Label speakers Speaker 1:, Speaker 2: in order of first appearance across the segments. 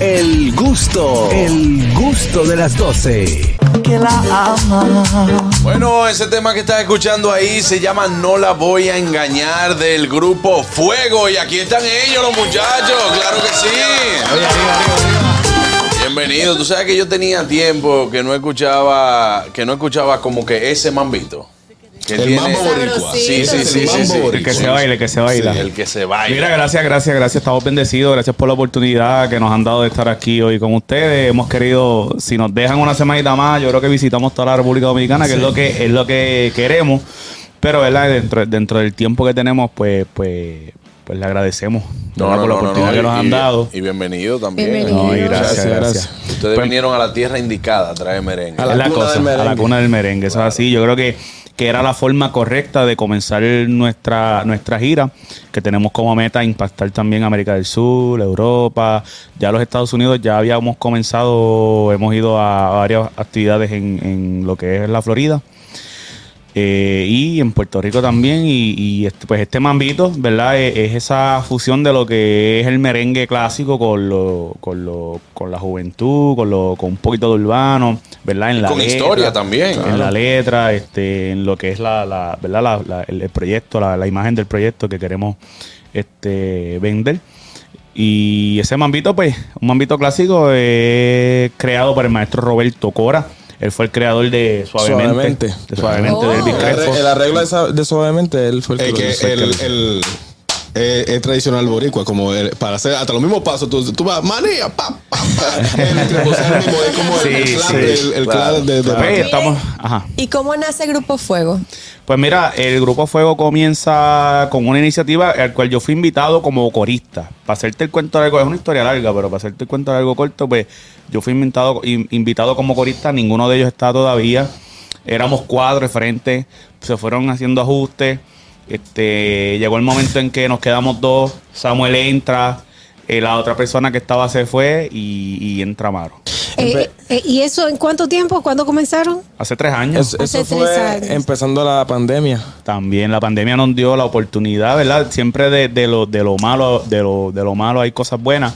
Speaker 1: El gusto, el gusto de las 12.
Speaker 2: que la ama.
Speaker 3: Bueno, ese tema que estás escuchando ahí se llama No la voy a engañar del grupo Fuego. Y aquí están ellos, los muchachos, claro que sí. Bienvenidos. Tú sabes que yo tenía tiempo que no escuchaba, que no escuchaba como que ese mambito. Que
Speaker 4: El
Speaker 3: tiene-
Speaker 4: mambo boricua.
Speaker 3: Sí, sí, sí,
Speaker 4: El
Speaker 3: sí,
Speaker 4: mambo
Speaker 3: sí.
Speaker 4: boricua.
Speaker 5: El que se baile, que se baila.
Speaker 3: El que se baila.
Speaker 5: Mira, gracias, gracias, gracias. Estamos bendecidos. Gracias por la oportunidad que nos han dado de estar aquí hoy con ustedes. Hemos querido, si nos dejan una semanita más, yo creo que visitamos toda la República Dominicana, que es lo que es lo que queremos. Pero, ¿verdad? Dentro, dentro del tiempo que tenemos, pues, pues, pues le agradecemos
Speaker 3: No, no,
Speaker 5: ¿verdad? por la
Speaker 3: no, no,
Speaker 5: oportunidad
Speaker 3: no,
Speaker 5: que
Speaker 3: y-
Speaker 5: nos han
Speaker 3: y-
Speaker 5: dado.
Speaker 3: Y bienvenido también.
Speaker 6: Bienvenido.
Speaker 5: No, y gracias,
Speaker 4: Gracias,
Speaker 5: gracias.
Speaker 3: Ustedes
Speaker 5: Pues-
Speaker 3: vinieron a la tierra indicada a traer merengue.
Speaker 4: A
Speaker 5: es la
Speaker 4: cuna
Speaker 5: cosa,
Speaker 4: del merengue.
Speaker 5: a la cuna del merengue. Eso es así. Yo creo que, que era la forma correcta de comenzar nuestra, nuestra gira, que tenemos como meta impactar también América del Sur, Europa, ya los Estados Unidos, ya habíamos comenzado, hemos ido a varias actividades en, en lo que es la Florida. Eh, y en Puerto Rico también. Y, y este, pues este mambito, ¿verdad? Es, es esa fusión de lo que es el merengue clásico con lo, con lo, con la juventud, con lo, con un poquito de urbano, ¿verdad? En la
Speaker 3: con historia también,
Speaker 5: En
Speaker 3: claro.
Speaker 5: la letra, este, en lo que es la, la- ¿verdad? La- la- el, el proyecto, la, la imagen del proyecto que queremos este, vender. Y ese mambito, pues, un mambito clásico eh, creado por el maestro Roberto Cora. Él fue el creador de Suavemente.
Speaker 4: Suavemente.
Speaker 5: De Suavemente, de Elvis
Speaker 6: Oh.
Speaker 4: El,
Speaker 5: Crespo.
Speaker 4: arre- el arreglo de, esa- de suavemente él fue el que,
Speaker 7: Es
Speaker 4: lo
Speaker 7: que
Speaker 4: hizo,
Speaker 7: el,
Speaker 4: el que-
Speaker 7: el- es, es tradicional boricua, como el- para hacer hasta los mismos pasos. Tú, tú vas, manía, pa, pa, pa. El crepuscano mismo es como el, el
Speaker 5: Sí,
Speaker 7: clap,
Speaker 5: sí.
Speaker 7: el, el clap
Speaker 3: Claro,
Speaker 7: de, de-
Speaker 5: Pues,
Speaker 6: Miren,
Speaker 5: estamos, ajá.
Speaker 6: ¿Y cómo nace Grupo Fuego?
Speaker 5: Pues mira, el Grupo Fuego comienza con una iniciativa al cual yo fui invitado como corista. Para hacerte el cuento largo, es una historia larga, pero para hacerte el cuento largo corto, pues yo fui invitado, in- invitado como corista, ninguno de ellos está todavía. Éramos cuatro de frente, se fueron haciendo ajustes. Este, llegó el momento en que nos quedamos dos, Samuel entra, eh, la otra persona que estaba se fue y, y entra Maro.
Speaker 8: Eh, eh, ¿Y eso en cuánto tiempo? ¿Cuándo comenzaron?
Speaker 5: Hace tres años.
Speaker 4: Es- eso
Speaker 8: Hace
Speaker 4: fue
Speaker 8: tres años.
Speaker 4: empezando la pandemia.
Speaker 5: También la pandemia nos dio la oportunidad, ¿verdad? Siempre de, de lo, de lo malo, de lo, de lo malo hay cosas buenas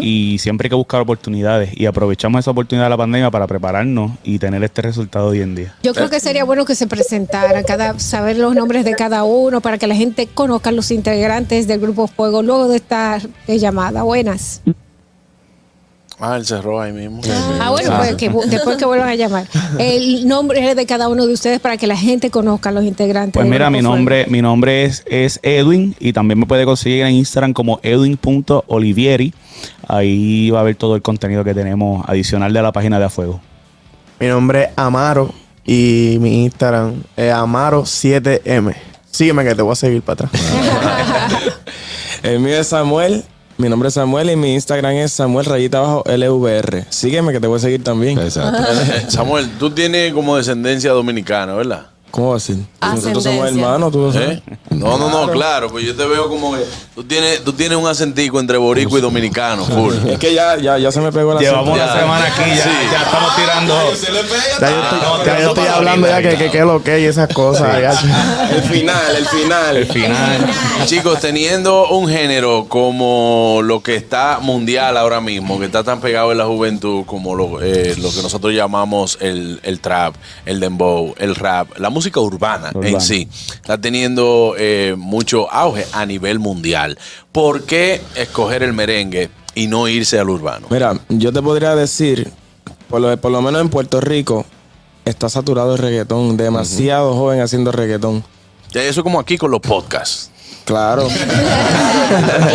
Speaker 5: y siempre hay que buscar oportunidades. Y aprovechamos esa oportunidad de la pandemia para prepararnos y tener este resultado hoy en día.
Speaker 8: Yo creo que sería bueno que se presentaran, cada, saber los nombres de cada uno para que la gente conozca los integrantes del grupo Fuego luego de esta eh, llamada. Buenas.
Speaker 3: Ah, él cerró ahí mismo.
Speaker 8: Ah, bueno,
Speaker 5: Ah.
Speaker 8: pues que vu- después que vuelvan a llamar. El nombre de cada uno de ustedes para que la gente conozca los integrantes.
Speaker 5: Pues
Speaker 8: del
Speaker 5: mira,
Speaker 8: Grupo
Speaker 5: mi
Speaker 8: Fuego.
Speaker 5: nombre, mi nombre es, es Edwin y también me puede conseguir en Instagram como edwin.olivieri. Ahí va a ver todo el contenido que tenemos adicional de la página de A Fuego.
Speaker 9: Mi nombre es Amaro y mi Instagram es Amaro7M. Sígueme que te voy a seguir para atrás.
Speaker 4: El mío es Samuel. Mi nombre es Samuel y mi Instagram es Samuel rayita abajo LVR. Sígueme que te voy a seguir también.
Speaker 7: Exacto.
Speaker 3: Samuel, tú tienes como descendencia dominicana, ¿verdad?
Speaker 4: ¿Cómo va a ser? Nosotros somos
Speaker 6: Ascendencia.
Speaker 4: hermanos, tú lo sabes.
Speaker 3: ¿Eh? No, no, no, claro, pues yo te veo como que tú tienes, tú tienes un acentico entre borico y dominicano, full.
Speaker 4: Es que ya, ya, ya se me pegó la
Speaker 5: Llevamos
Speaker 3: Ya.
Speaker 5: una semana aquí, ya,
Speaker 3: Sí.
Speaker 5: ya estamos tirando.
Speaker 7: Se le pega.
Speaker 9: Ya yo estoy,
Speaker 5: no, te
Speaker 9: ya yo
Speaker 5: ando
Speaker 9: estoy
Speaker 5: para
Speaker 9: hablando ya
Speaker 5: ahorita,
Speaker 9: que, que, que lo que y esas cosas. ya.
Speaker 4: El final, el final. El
Speaker 5: Final.
Speaker 3: Chicos, teniendo un género como lo que está mundial ahora mismo, que está tan pegado en la juventud, como lo, eh, lo que nosotros llamamos el, el trap, el dembow, el rap, la música urbana en
Speaker 5: Urbana.
Speaker 3: sí, está teniendo eh, mucho auge a nivel mundial. ¿Por qué escoger el merengue y no irse al urbano?
Speaker 4: Mira, yo te podría decir, por lo, por lo menos en Puerto Rico, está saturado el reggaetón. Demasiado joven haciendo reggaetón.
Speaker 3: Eso como aquí con los podcasts.
Speaker 4: Claro.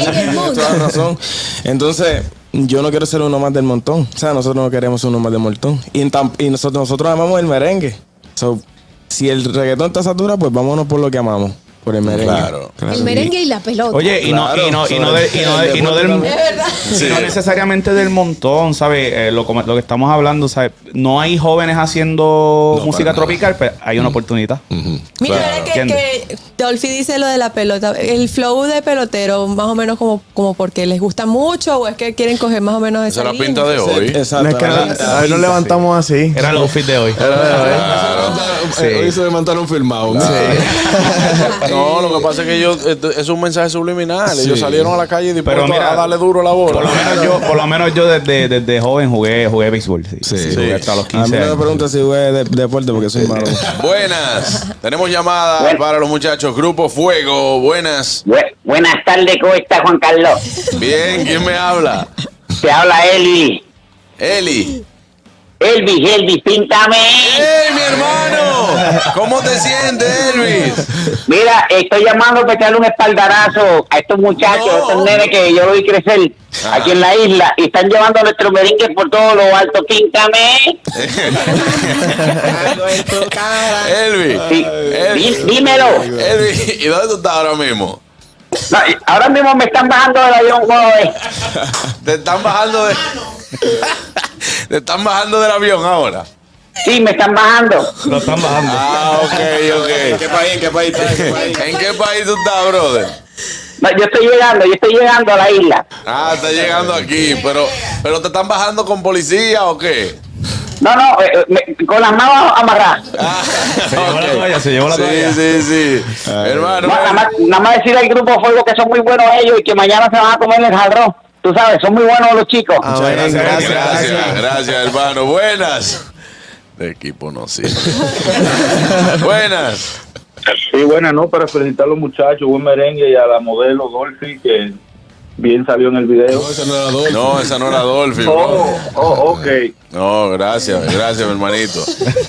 Speaker 8: En el mundo.
Speaker 4: Tienes toda la razón. Entonces, yo no quiero ser uno más del montón. O sea, nosotros no queremos ser uno más del montón. Y, en tam- y nosotros, nosotros amamos el merengue. So, si el reggaetón está saturado, pues vámonos por lo que amamos. Por el merengue.
Speaker 3: Claro.
Speaker 8: El merengue y la pelota.
Speaker 5: Oye, y no, y no, y no, de- y no de- y no del, y no necesariamente del montón, ¿sabes? Eh, lo, como- lo que estamos hablando, ¿sabes? No hay jóvenes haciendo
Speaker 7: No,
Speaker 5: música
Speaker 7: para
Speaker 5: tropical, pero hay una oportunidad.
Speaker 6: Mira,
Speaker 7: Claro.
Speaker 6: ahora que, que Dolphy dice lo de la pelota, el flow de pelotero, más o menos como, como porque les gusta mucho o es que quieren coger más o menos
Speaker 3: Esa
Speaker 6: esa
Speaker 3: es la
Speaker 6: línea.
Speaker 3: pinta de hoy.
Speaker 4: Exacto.
Speaker 9: No es que no- a ver, nos levantamos así.
Speaker 5: Era el outfit de hoy.
Speaker 9: Pero, eh,
Speaker 3: Claro.
Speaker 5: Sí.
Speaker 7: eh, hoy se levantaron firmados.
Speaker 3: No, lo que pasa es que ellos, esto- es un mensaje subliminal. Ellos
Speaker 7: Sí.
Speaker 3: salieron a la calle dispuestos
Speaker 5: mira,
Speaker 3: a darle duro a la bola.
Speaker 5: Por lo menos yo, por lo menos yo desde, desde joven jugué, jugué béisbol. Sí,
Speaker 7: Sí.
Speaker 5: Sí, jugué hasta los
Speaker 4: A mí
Speaker 5: 15
Speaker 4: no me
Speaker 5: años.
Speaker 4: preguntas si jugué de- deporte porque soy malo.
Speaker 3: Buenas. Tenemos llamada para los muchachos. Grupo Fuego. Buenas.
Speaker 10: Bu- buenas tardes, ¿cómo está Juan Carlos?
Speaker 3: Bien, ¿quién me habla?
Speaker 10: Te habla Elvis.
Speaker 3: Eli.
Speaker 10: Elvis, Elvis, píntame.
Speaker 3: ¡Ey, mi hermano! ¿Cómo te sientes, Elvis?
Speaker 10: Mira, estoy llamando para echarle un espaldarazo a estos muchachos,
Speaker 3: No.
Speaker 10: a estos nenes que yo lo vi crecer aquí en la isla y están llevando nuestro merengue por todo lo alto. Píntame.
Speaker 3: Elvis.
Speaker 10: Sí. Di-
Speaker 3: Elvis.
Speaker 10: dímelo.
Speaker 3: Elvis, ¿y dónde tú estás ahora mismo?
Speaker 10: No, y ahora mismo me están bajando del avión. joder.
Speaker 3: Te están bajando de. Te están bajando del avión ahora.
Speaker 10: Sí, me están bajando.
Speaker 5: Lo están bajando.
Speaker 3: Ah, ok,
Speaker 7: ¿En
Speaker 3: ok.
Speaker 7: qué país? ¿En qué país? estás? ¿En qué país?
Speaker 3: ¿En qué país tú estás, brother?
Speaker 10: No, yo estoy llegando, yo estoy llegando a la isla.
Speaker 3: Ah, está llegando aquí, pero, pero te están bajando con policía o qué?
Speaker 10: No, no, eh, eh, me- con las manos amarradas.
Speaker 3: Ah,
Speaker 5: Se llevó la
Speaker 3: ok.
Speaker 5: toalla, se llevó la
Speaker 3: sí,
Speaker 5: toalla.
Speaker 3: Sí, sí, Hermano,
Speaker 10: No, nada más, nada más decirle al grupo Fuego que son muy buenos ellos y que mañana se van a comer el jarrón. Tú sabes, son muy buenos los chicos.
Speaker 9: Amén,
Speaker 5: gracias,
Speaker 3: gracias, gracias,
Speaker 9: gracias.
Speaker 3: hermano. Buenas. De equipo no sirve. Buenas.
Speaker 11: Sí, buena, no, para felicitar a los muchachos, buen merengue y a la modelo Dolphy, que bien salió en el video.
Speaker 7: No, ese no era Adolfo.
Speaker 3: No, esa no era Dolphy, bro.
Speaker 11: Oh, oh, ok.
Speaker 3: No, gracias, gracias, mi hermanito.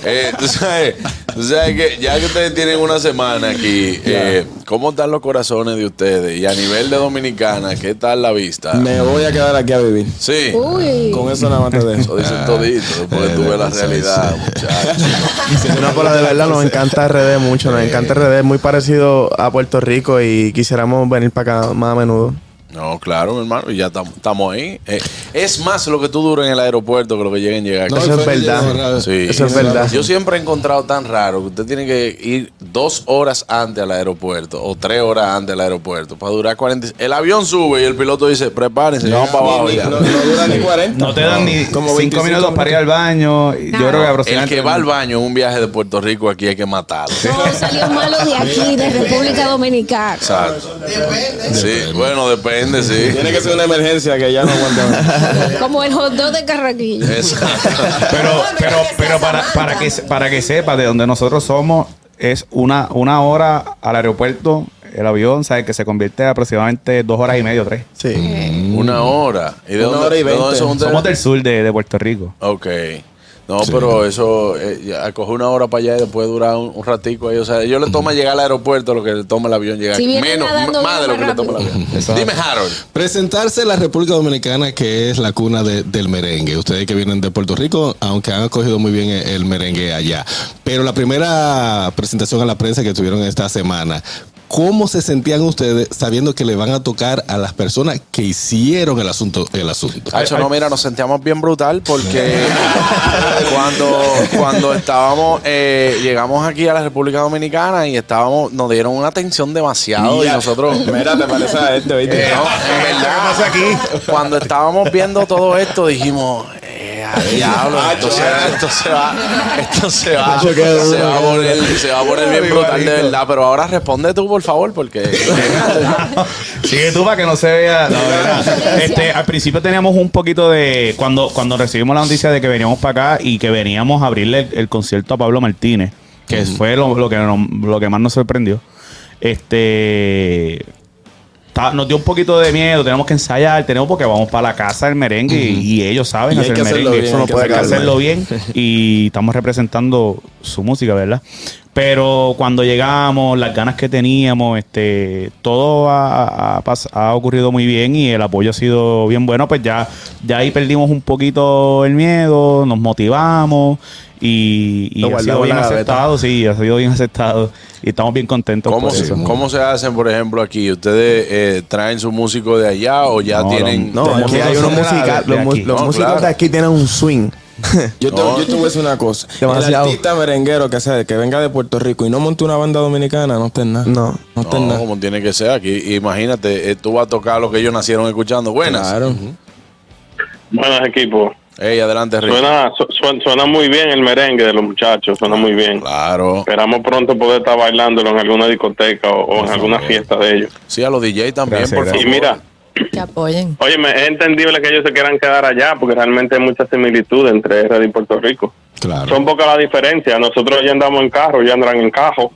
Speaker 3: Eh, tú, sabes, tú sabes que ya que ustedes tienen una semana aquí, eh, ¿cómo están los corazones de ustedes? Y a nivel de Dominicana, ¿qué tal la vista?
Speaker 4: Me voy a quedar aquí a vivir.
Speaker 3: Sí.
Speaker 8: Uy.
Speaker 4: Con eso nada más te dejo.
Speaker 3: Lo dicen todito, porque
Speaker 7: eh,
Speaker 3: tú ves la
Speaker 7: sí,
Speaker 3: realidad,
Speaker 7: sí.
Speaker 3: muchachos.
Speaker 9: No, pero de verdad nos encanta RD mucho, nos encanta RD, es muy parecido a Puerto Rico y quisiéramos venir para acá más a menudo.
Speaker 3: No, claro, mi hermano, y ya tam- estamos ahí. Eh, es más lo que tú duras en el aeropuerto que lo que lleguen a llegar.
Speaker 7: No,
Speaker 9: Eso
Speaker 7: el
Speaker 9: es
Speaker 7: Freddy
Speaker 9: verdad.
Speaker 7: llegó ahora.
Speaker 3: Sí.
Speaker 9: Eso es verdad.
Speaker 3: Yo siempre he encontrado tan raro que usted tiene que ir dos horas antes al aeropuerto o tres horas antes al aeropuerto para durar 40. El avión sube y el piloto dice, prepárense, vamos para abajo ya.
Speaker 4: No, no dura ni 40.
Speaker 5: No te dan ni
Speaker 4: Como
Speaker 5: 5
Speaker 4: 25
Speaker 5: minutos para ir al baño. y Yo creo que
Speaker 3: El
Speaker 5: aproximadamente.
Speaker 3: que va al baño en un viaje de Puerto Rico aquí hay que matarlo.
Speaker 8: No, salió malo de aquí, de República Dominicana.
Speaker 3: Exacto. Sí, bueno, depende, sí.
Speaker 4: Tiene que ser una emergencia que ya no aguanta.
Speaker 8: Como el hot dog de Carraquillo.
Speaker 3: Exacto.
Speaker 5: Pero,
Speaker 6: No,
Speaker 5: pero,
Speaker 6: no es que
Speaker 5: pero
Speaker 6: sea
Speaker 5: para,
Speaker 6: Samantha.
Speaker 5: para que se- para que sepa de donde nosotros somos, es una, una hora al aeropuerto, el avión, ¿sabes? Que se convierte en aproximadamente dos horas y media o tres.
Speaker 4: Eh,
Speaker 9: Sí.
Speaker 3: Una hora. ¿Y de
Speaker 4: Una
Speaker 3: dónde,
Speaker 4: hora y
Speaker 3: de dónde
Speaker 4: veinte.
Speaker 3: son ustedes?
Speaker 5: Somos del sur de, de Puerto Rico.
Speaker 3: Ok. No, pero eso, eh, ya, coger una hora para allá y después durar un, un ratico ahí. O sea, yo le toma llegar al aeropuerto lo que le toma el avión llegar.
Speaker 8: Si
Speaker 3: aquí.
Speaker 8: viene
Speaker 3: Menos,
Speaker 8: nadando,
Speaker 3: m- más de lo
Speaker 8: viene
Speaker 3: que le
Speaker 8: más
Speaker 3: toma el avión.
Speaker 5: Exacto.
Speaker 3: Dime, Harold.
Speaker 7: Presentarse en la República Dominicana, que es la cuna de- del merengue. Ustedes que vienen de Puerto Rico, aunque han acogido muy bien el, el merengue allá. Pero la primera presentación a la prensa que tuvieron esta semana, ¿cómo se sentían ustedes sabiendo que le van a tocar a las personas que hicieron el asunto? El asunto?
Speaker 3: Ah, Eso no, mira, nos sentíamos bien brutal porque cuando, cuando estábamos, eh, llegamos aquí a la República Dominicana y estábamos, nos dieron una atención demasiado y nosotros.
Speaker 4: Mira, te parece a este, ¿viste?
Speaker 3: Eh, no, en verdad, Cuando estábamos viendo todo esto, dijimos, eh, a diablo, esto se, va- esto se va, esto se va,
Speaker 9: Macho, qué
Speaker 3: se
Speaker 9: duro,
Speaker 3: va a
Speaker 9: qué
Speaker 3: poner, se va a poner bien brutal de verdad. Pero ahora responde tú, por favor, porque
Speaker 5: Sigue tú para que no se vea. No, mira. este, al principio teníamos un poquito de. Cuando, cuando recibimos la noticia de que veníamos para acá y que veníamos a abrirle el, el concierto a Pablo Martínez, que fue lo, lo que nos- lo que más nos sorprendió. Este. ta- Nos dio un poquito de miedo, tenemos que ensayar, tenemos porque vamos para la casa del merengue y- y, ellos saben
Speaker 4: Y hay
Speaker 5: hacer
Speaker 4: que hacerlo
Speaker 5: merengue.
Speaker 4: bien,
Speaker 5: Eso no
Speaker 4: hay que
Speaker 5: puede- hay que hacerlo
Speaker 4: hacerlo
Speaker 5: bien y estamos representando su música, ¿verdad? Pero cuando llegamos, las ganas que teníamos, este, todo ha, ha- ha pas- ha ocurrido muy bien y el apoyo ha sido bien bueno, pues ya, ya ahí perdimos un poquito el miedo, nos motivamos y, y
Speaker 9: Lo
Speaker 5: ha sido
Speaker 9: guardamos en
Speaker 5: bien
Speaker 9: la gaveta.
Speaker 5: aceptado, sí, ha sido bien aceptado y estamos bien contentos
Speaker 3: ¿cómo,
Speaker 5: por
Speaker 3: se,
Speaker 5: eso.
Speaker 3: cómo se hacen, por ejemplo, aquí? ¿Ustedes eh, traen su músico de allá o ya
Speaker 5: No,
Speaker 3: tienen?
Speaker 9: No,
Speaker 5: Tenemos
Speaker 9: aquí hay
Speaker 5: unos
Speaker 9: unos musica-
Speaker 5: generales de
Speaker 9: los, mu-
Speaker 5: aquí.
Speaker 9: los
Speaker 3: No,
Speaker 9: músicos
Speaker 3: claro.
Speaker 9: de aquí tienen un swing.
Speaker 4: Yo te,
Speaker 3: No.
Speaker 4: yo te voy a decir una cosa.
Speaker 9: Demasiado.
Speaker 4: El artista merenguero que sea, que venga de Puerto Rico y no monte una banda dominicana, no está en nada.
Speaker 9: No.
Speaker 4: No está en
Speaker 3: No,
Speaker 4: nada.
Speaker 3: como tiene que ser aquí. Imagínate, eh, tú vas a tocar lo que ellos nacieron escuchando. Buenas.
Speaker 4: Claro.
Speaker 11: Buenas, equipo.
Speaker 3: Ey, adelante, Ricky.
Speaker 12: Suena, su- su- suena muy bien el merengue de los muchachos, suena muy bien.
Speaker 3: Claro.
Speaker 12: Esperamos pronto poder estar bailándolo en alguna discoteca o, o en alguna fiesta de ellos.
Speaker 3: Sí, a los DJ también,
Speaker 12: Gracias,
Speaker 3: por
Speaker 12: gracias.
Speaker 3: favor.
Speaker 12: Y mira,
Speaker 6: que apoyen.
Speaker 12: Oye, es entendible que ellos se quieran quedar allá porque realmente hay mucha similitud entre RD y Puerto Rico. Son pocas las diferencias. Nosotros ya andamos en carro, ya andan en cajo.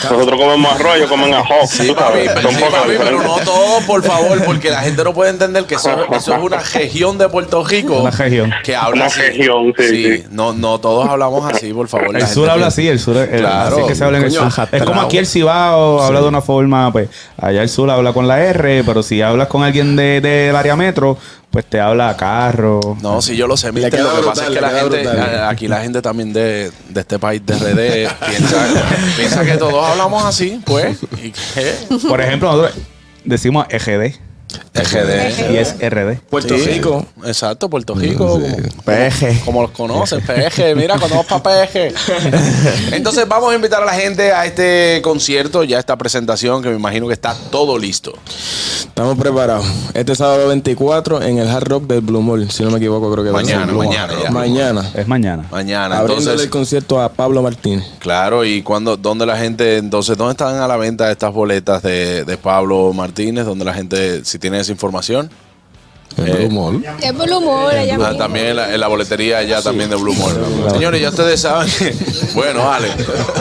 Speaker 12: Nosotros comemos arroz, ellos comen ajo. tú sabes. Son pocas las
Speaker 3: Sí, papi, pero
Speaker 12: diferencias.
Speaker 3: no todo, por favor, porque la gente no puede entender que eso, eso es una región de Puerto Rico.
Speaker 5: Una región.
Speaker 3: Que habla
Speaker 5: Una
Speaker 3: así.
Speaker 5: región, sí, sí.
Speaker 3: No, no todos hablamos así, por favor. la
Speaker 5: El sur
Speaker 3: gente
Speaker 5: habla
Speaker 3: que-
Speaker 5: así, el sur el-
Speaker 3: Claro,
Speaker 5: así que se habla en el
Speaker 3: coño,
Speaker 5: sur. Es
Speaker 3: pero-
Speaker 5: como aquí el Cibao habla de una forma, pues allá el sur habla con la R, pero si hablas con alguien de, del área metro, pues te habla a carro.
Speaker 3: No, si yo lo sé, mister, lo que pasa es que la gente, a- aquí la gente también de, de este país de RD piensa, piensa que todos hablamos así, pues. ¿Y qué?
Speaker 5: Por ejemplo, nosotros decimos EGD.
Speaker 3: EGD.
Speaker 5: Y es RD.
Speaker 3: Puerto Rico. Exacto, Puerto Rico.
Speaker 9: Peje.
Speaker 3: Como los conocen, PG. Mira, cuando vamos para PG. Entonces, vamos a invitar a la gente a este concierto, ya esta presentación, que me imagino que está todo listo.
Speaker 4: Estamos preparados. Este sábado 24 en el Hard Rock del Blue Mall, si no me equivoco, creo que va a ser
Speaker 3: Mañana,
Speaker 4: Blue Mall.
Speaker 3: mañana ya.
Speaker 4: Mañana.
Speaker 5: Es mañana.
Speaker 3: Mañana,
Speaker 4: Abriéndole
Speaker 3: entonces.
Speaker 4: el concierto a Pablo Martínez.
Speaker 3: Claro, y cuando, dónde la gente, entonces, ¿dónde están a la venta estas boletas de, de Pablo Martínez? Donde la gente, si tiene esa información.
Speaker 7: En
Speaker 3: Eh,
Speaker 7: Blue Mall.
Speaker 8: Es por el humor, ella
Speaker 3: Ah,
Speaker 8: misma.
Speaker 3: también en la, en la boletería ya también de Blue Mall. Señores, ya ustedes saben que- bueno, Ale,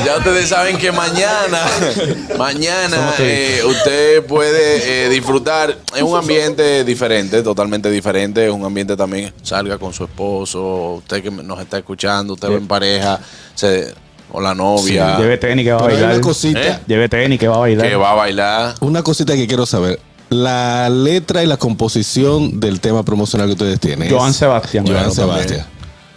Speaker 3: ya ustedes saben que mañana, mañana eh, usted puede eh, disfrutar en un ambiente diferente, totalmente diferente, es un ambiente también, salga con su esposo, usted que nos está escuchando, usted va en pareja, se- o la novia.
Speaker 5: Sí, lleve tenis que va a
Speaker 3: Ah. Pero hay
Speaker 5: bailar.
Speaker 3: una cosita. ¿Eh?
Speaker 5: Lleve tenis que va a bailar.
Speaker 3: Que va a bailar.
Speaker 7: Una cosita que quiero saber. La letra y la composición del tema promocional que ustedes tienen.
Speaker 5: Joan Sebastián.
Speaker 7: Joan
Speaker 5: Claro,
Speaker 7: Sebastián.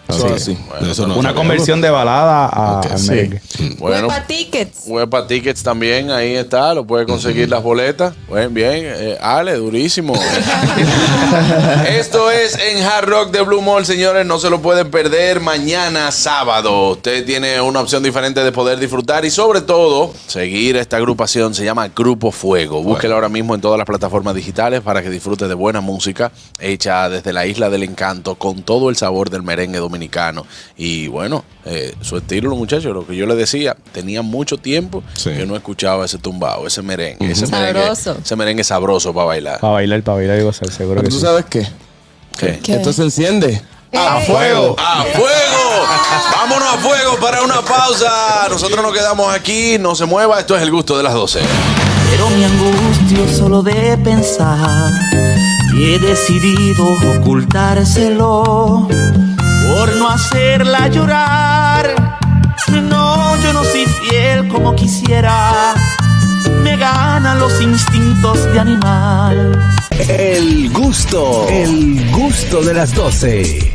Speaker 5: también.
Speaker 7: Ah,
Speaker 5: Sí.
Speaker 7: sí. Eso no
Speaker 5: una
Speaker 7: sabemos.
Speaker 5: conversión de balada a,
Speaker 7: Ok,
Speaker 5: al
Speaker 7: sí.
Speaker 5: merengue.
Speaker 3: Bueno,
Speaker 6: Huepa Tickets.
Speaker 3: Huepa E Tickets también, ahí está, lo puede conseguir las boletas. Bien, bien, eh, Ale, durísimo. Esto es en Hard Rock de Blue Mall, señores, no se lo pueden perder mañana sábado. Usted tiene una opción diferente de poder disfrutar y sobre todo seguir esta agrupación, se llama Grupo Fuego. Búsquelo ahora mismo en todas las plataformas digitales para que disfrute de buena música hecha desde la Isla del Encanto con todo el sabor del merengue dominicano. Y bueno, eh, su estilo, los muchachos, lo que yo les decía, tenía mucho tiempo que no escuchaba ese tumbao, ese merengue, ese
Speaker 6: Sabroso.
Speaker 3: merengue, ese merengue sabroso para bailar.
Speaker 5: Para bailar, para bailar y gozar, seguro
Speaker 4: Pero
Speaker 5: que
Speaker 4: tú
Speaker 5: sí.
Speaker 4: sabes qué?
Speaker 3: ¿Qué?
Speaker 6: Eh.
Speaker 4: Esto se enciende.
Speaker 3: ¡A fuego! ¡A fuego! Vámonos a fuego para una pausa. Nosotros nos quedamos aquí. No se mueva. Esto es el gusto de las 12.
Speaker 2: Pero mi angustio solo de pensar y he decidido ocultárselo por no hacerla llorar. No, yo no soy fiel como quisiera. Me ganan los instintos de animal.
Speaker 1: El gusto, el gusto de las 12.